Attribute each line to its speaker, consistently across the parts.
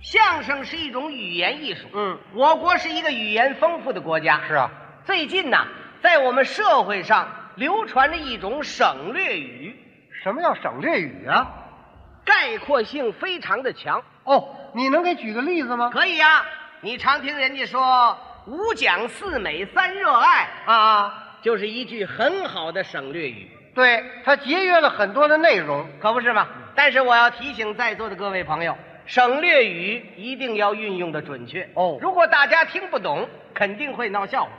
Speaker 1: 相声是一种语言艺术。
Speaker 2: 嗯，
Speaker 1: 我国是一个语言丰富的国家。
Speaker 2: 是啊，
Speaker 1: 最近呢，在我们社会上流传着一种省略语，
Speaker 2: 什么叫省略语啊？
Speaker 1: 概括性非常的强。
Speaker 2: 哦，你能给举个例子吗？
Speaker 1: 可以呀、你常听人家说“五讲四美三热爱”
Speaker 2: 啊，
Speaker 1: 就是一句很好的省略语，
Speaker 2: 对，它节约了很多的内容。
Speaker 1: 可不是吗？但是我要提醒在座的各位朋友，省略语一定要运用的准确
Speaker 2: 哦
Speaker 1: 如果大家听不懂，肯定会闹笑话。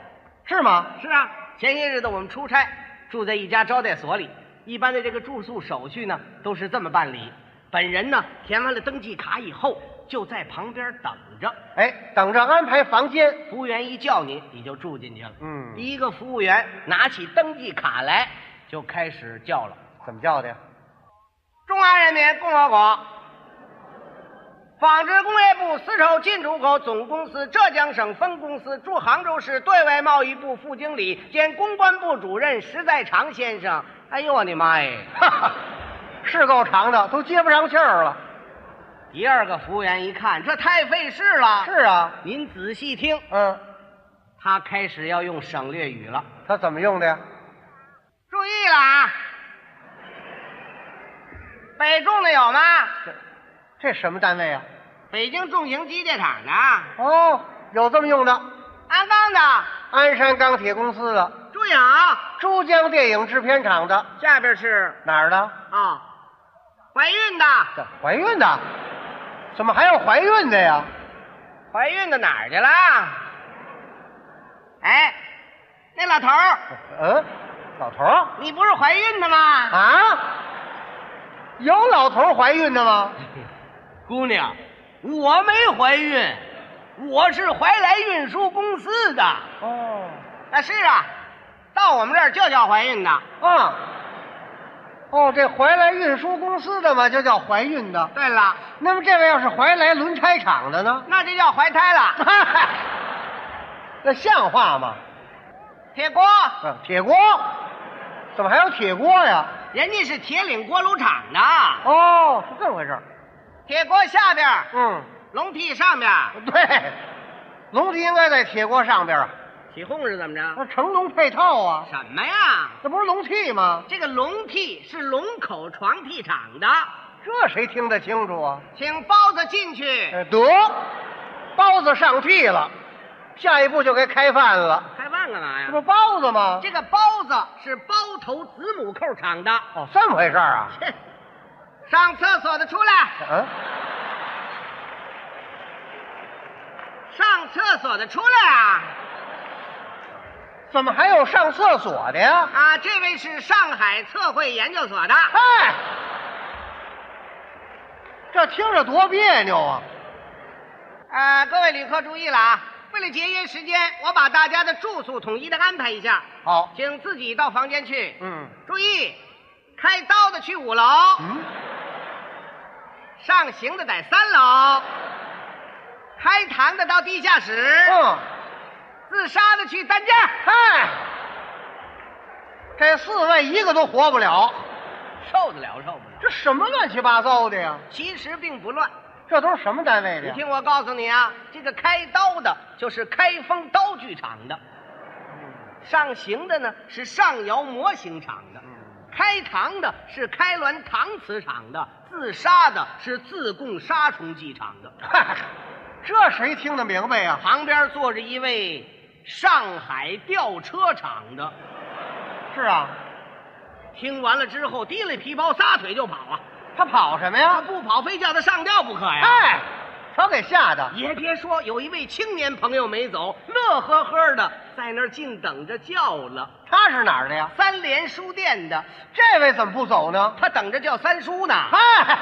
Speaker 2: 是吗？
Speaker 1: 是啊，前些日子我们出差，住在一家招待所里，一般的这个住宿手续呢都是这么办理。本人呢填完了登记卡以后，就在旁边等着。
Speaker 2: 哎，等着安排房间。
Speaker 1: 服务员一叫你，你就住进去了。
Speaker 2: 嗯
Speaker 1: 第一个服务员拿起登记卡来，就开始叫了
Speaker 2: 怎么叫的呀？：“
Speaker 1: 中华人民共和国纺织工业部丝绸进出口总公司浙江省分公司驻杭州市对外贸易部副经理兼公关部主任石在长先生。”哎呦我的妈哎！
Speaker 2: 哈哈，是够长的，都接不上气儿了。
Speaker 1: 第二个服务员一看，这太费事了。
Speaker 2: 是，啊，
Speaker 1: 您仔细听，
Speaker 2: 嗯，
Speaker 1: 他开始要用省略语了。
Speaker 2: 它怎么用的呀？
Speaker 1: 注意了啊！北重的有吗？
Speaker 2: 这什么单位啊？
Speaker 1: 北京重型机械厂的啊，
Speaker 2: 哦，有这么用的，
Speaker 1: 鞍钢的，
Speaker 2: 鞍山钢铁公司的，
Speaker 1: 注意啊！
Speaker 2: 珠江电影制片厂的，
Speaker 1: 下边是
Speaker 2: 哪儿的？
Speaker 1: 啊，怀孕的，
Speaker 2: 这怀孕的？怎么还有怀孕的呀？
Speaker 1: 怀孕的哪儿去了？哎，那老头儿，
Speaker 2: 嗯，老头儿
Speaker 1: 你不是怀孕的吗？
Speaker 2: 啊？有老头儿怀孕的吗？
Speaker 1: 姑娘，我没怀孕，我是怀来运输公司的。
Speaker 2: 哦，
Speaker 1: 啊，是啊，到我们这儿就叫怀孕的。
Speaker 2: 啊，哦，这怀来运输公司的嘛，就叫怀运的。
Speaker 1: 对了。
Speaker 2: 那么这位要是怀来轮胎厂的呢？
Speaker 1: 那就叫怀胎 了。
Speaker 2: 那像话吗？
Speaker 1: 铁锅，
Speaker 2: 嗯，铁锅，怎么还有铁锅呀？
Speaker 1: 人家是铁岭锅炉厂的，
Speaker 2: 哦，是这么回事儿。
Speaker 1: 铁锅下边儿，
Speaker 2: 嗯，
Speaker 1: 笼屉上边儿，
Speaker 2: 对，笼屉应该在铁锅上边啊，
Speaker 1: 起哄是怎么着？
Speaker 2: 那成龙配套啊，
Speaker 1: 什么呀？
Speaker 2: 那不是笼屉吗？
Speaker 1: 这个笼屉是龙口床屉厂的，
Speaker 2: 这谁听得清楚啊？
Speaker 1: 请包子进去。
Speaker 2: 哎得，包子上屉了，下一步就该开饭了。
Speaker 1: 开饭干嘛
Speaker 2: 这不？包子吗？
Speaker 1: 这个包子是包头子母扣厂的。
Speaker 2: 哦，这么回事儿啊？
Speaker 1: 切上厕所的出来，
Speaker 2: 嗯，
Speaker 1: 上厕所的出来啊！
Speaker 2: 怎么还有上厕所的呀？
Speaker 1: 啊，这位是上海测绘研究所的。
Speaker 2: 嗨，这听着多别扭啊！
Speaker 1: 呃，各位旅客注意了啊！为了节约时间，我把大家的住宿统一的安排一下，
Speaker 2: 好，
Speaker 1: 请自己到房间去。
Speaker 2: 嗯
Speaker 1: 注意，开刀的去五楼，
Speaker 2: 嗯，
Speaker 1: 上刑的在三楼，开膛的到地下室，
Speaker 2: 嗯，
Speaker 1: 自杀的去担架。
Speaker 2: 嗨，这四位一个都活不了，
Speaker 1: 受得了，受不了。
Speaker 2: 这什么乱七八糟的呀？
Speaker 1: 其实并不乱，
Speaker 2: 这都是什么单位的
Speaker 1: 你
Speaker 2: 呀？
Speaker 1: 听我告诉你啊，这个开刀的就是开封刀具厂的，上刑的呢是上窑模型厂的。
Speaker 2: 嗯
Speaker 1: 开膛的是开滦搪瓷厂的，自杀的是自贡杀虫剂厂的。
Speaker 2: 嗨，这谁听得明白呀、
Speaker 1: 旁边坐着一位上海吊车厂的，
Speaker 2: 是啊，
Speaker 1: 听完了之后提了皮包，撒腿就跑啊！
Speaker 2: 他跑什么呀
Speaker 1: 他？不跑，非叫他上吊不可呀！
Speaker 2: 哎，他给吓的。
Speaker 1: 也别说，有一位青年朋友没走，乐呵呵的在那儿静等着叫了。
Speaker 2: 他是哪儿的呀？
Speaker 1: 三联书店的，
Speaker 2: 这位怎么不走呢？
Speaker 1: 他等着叫三叔呢。
Speaker 2: 哎，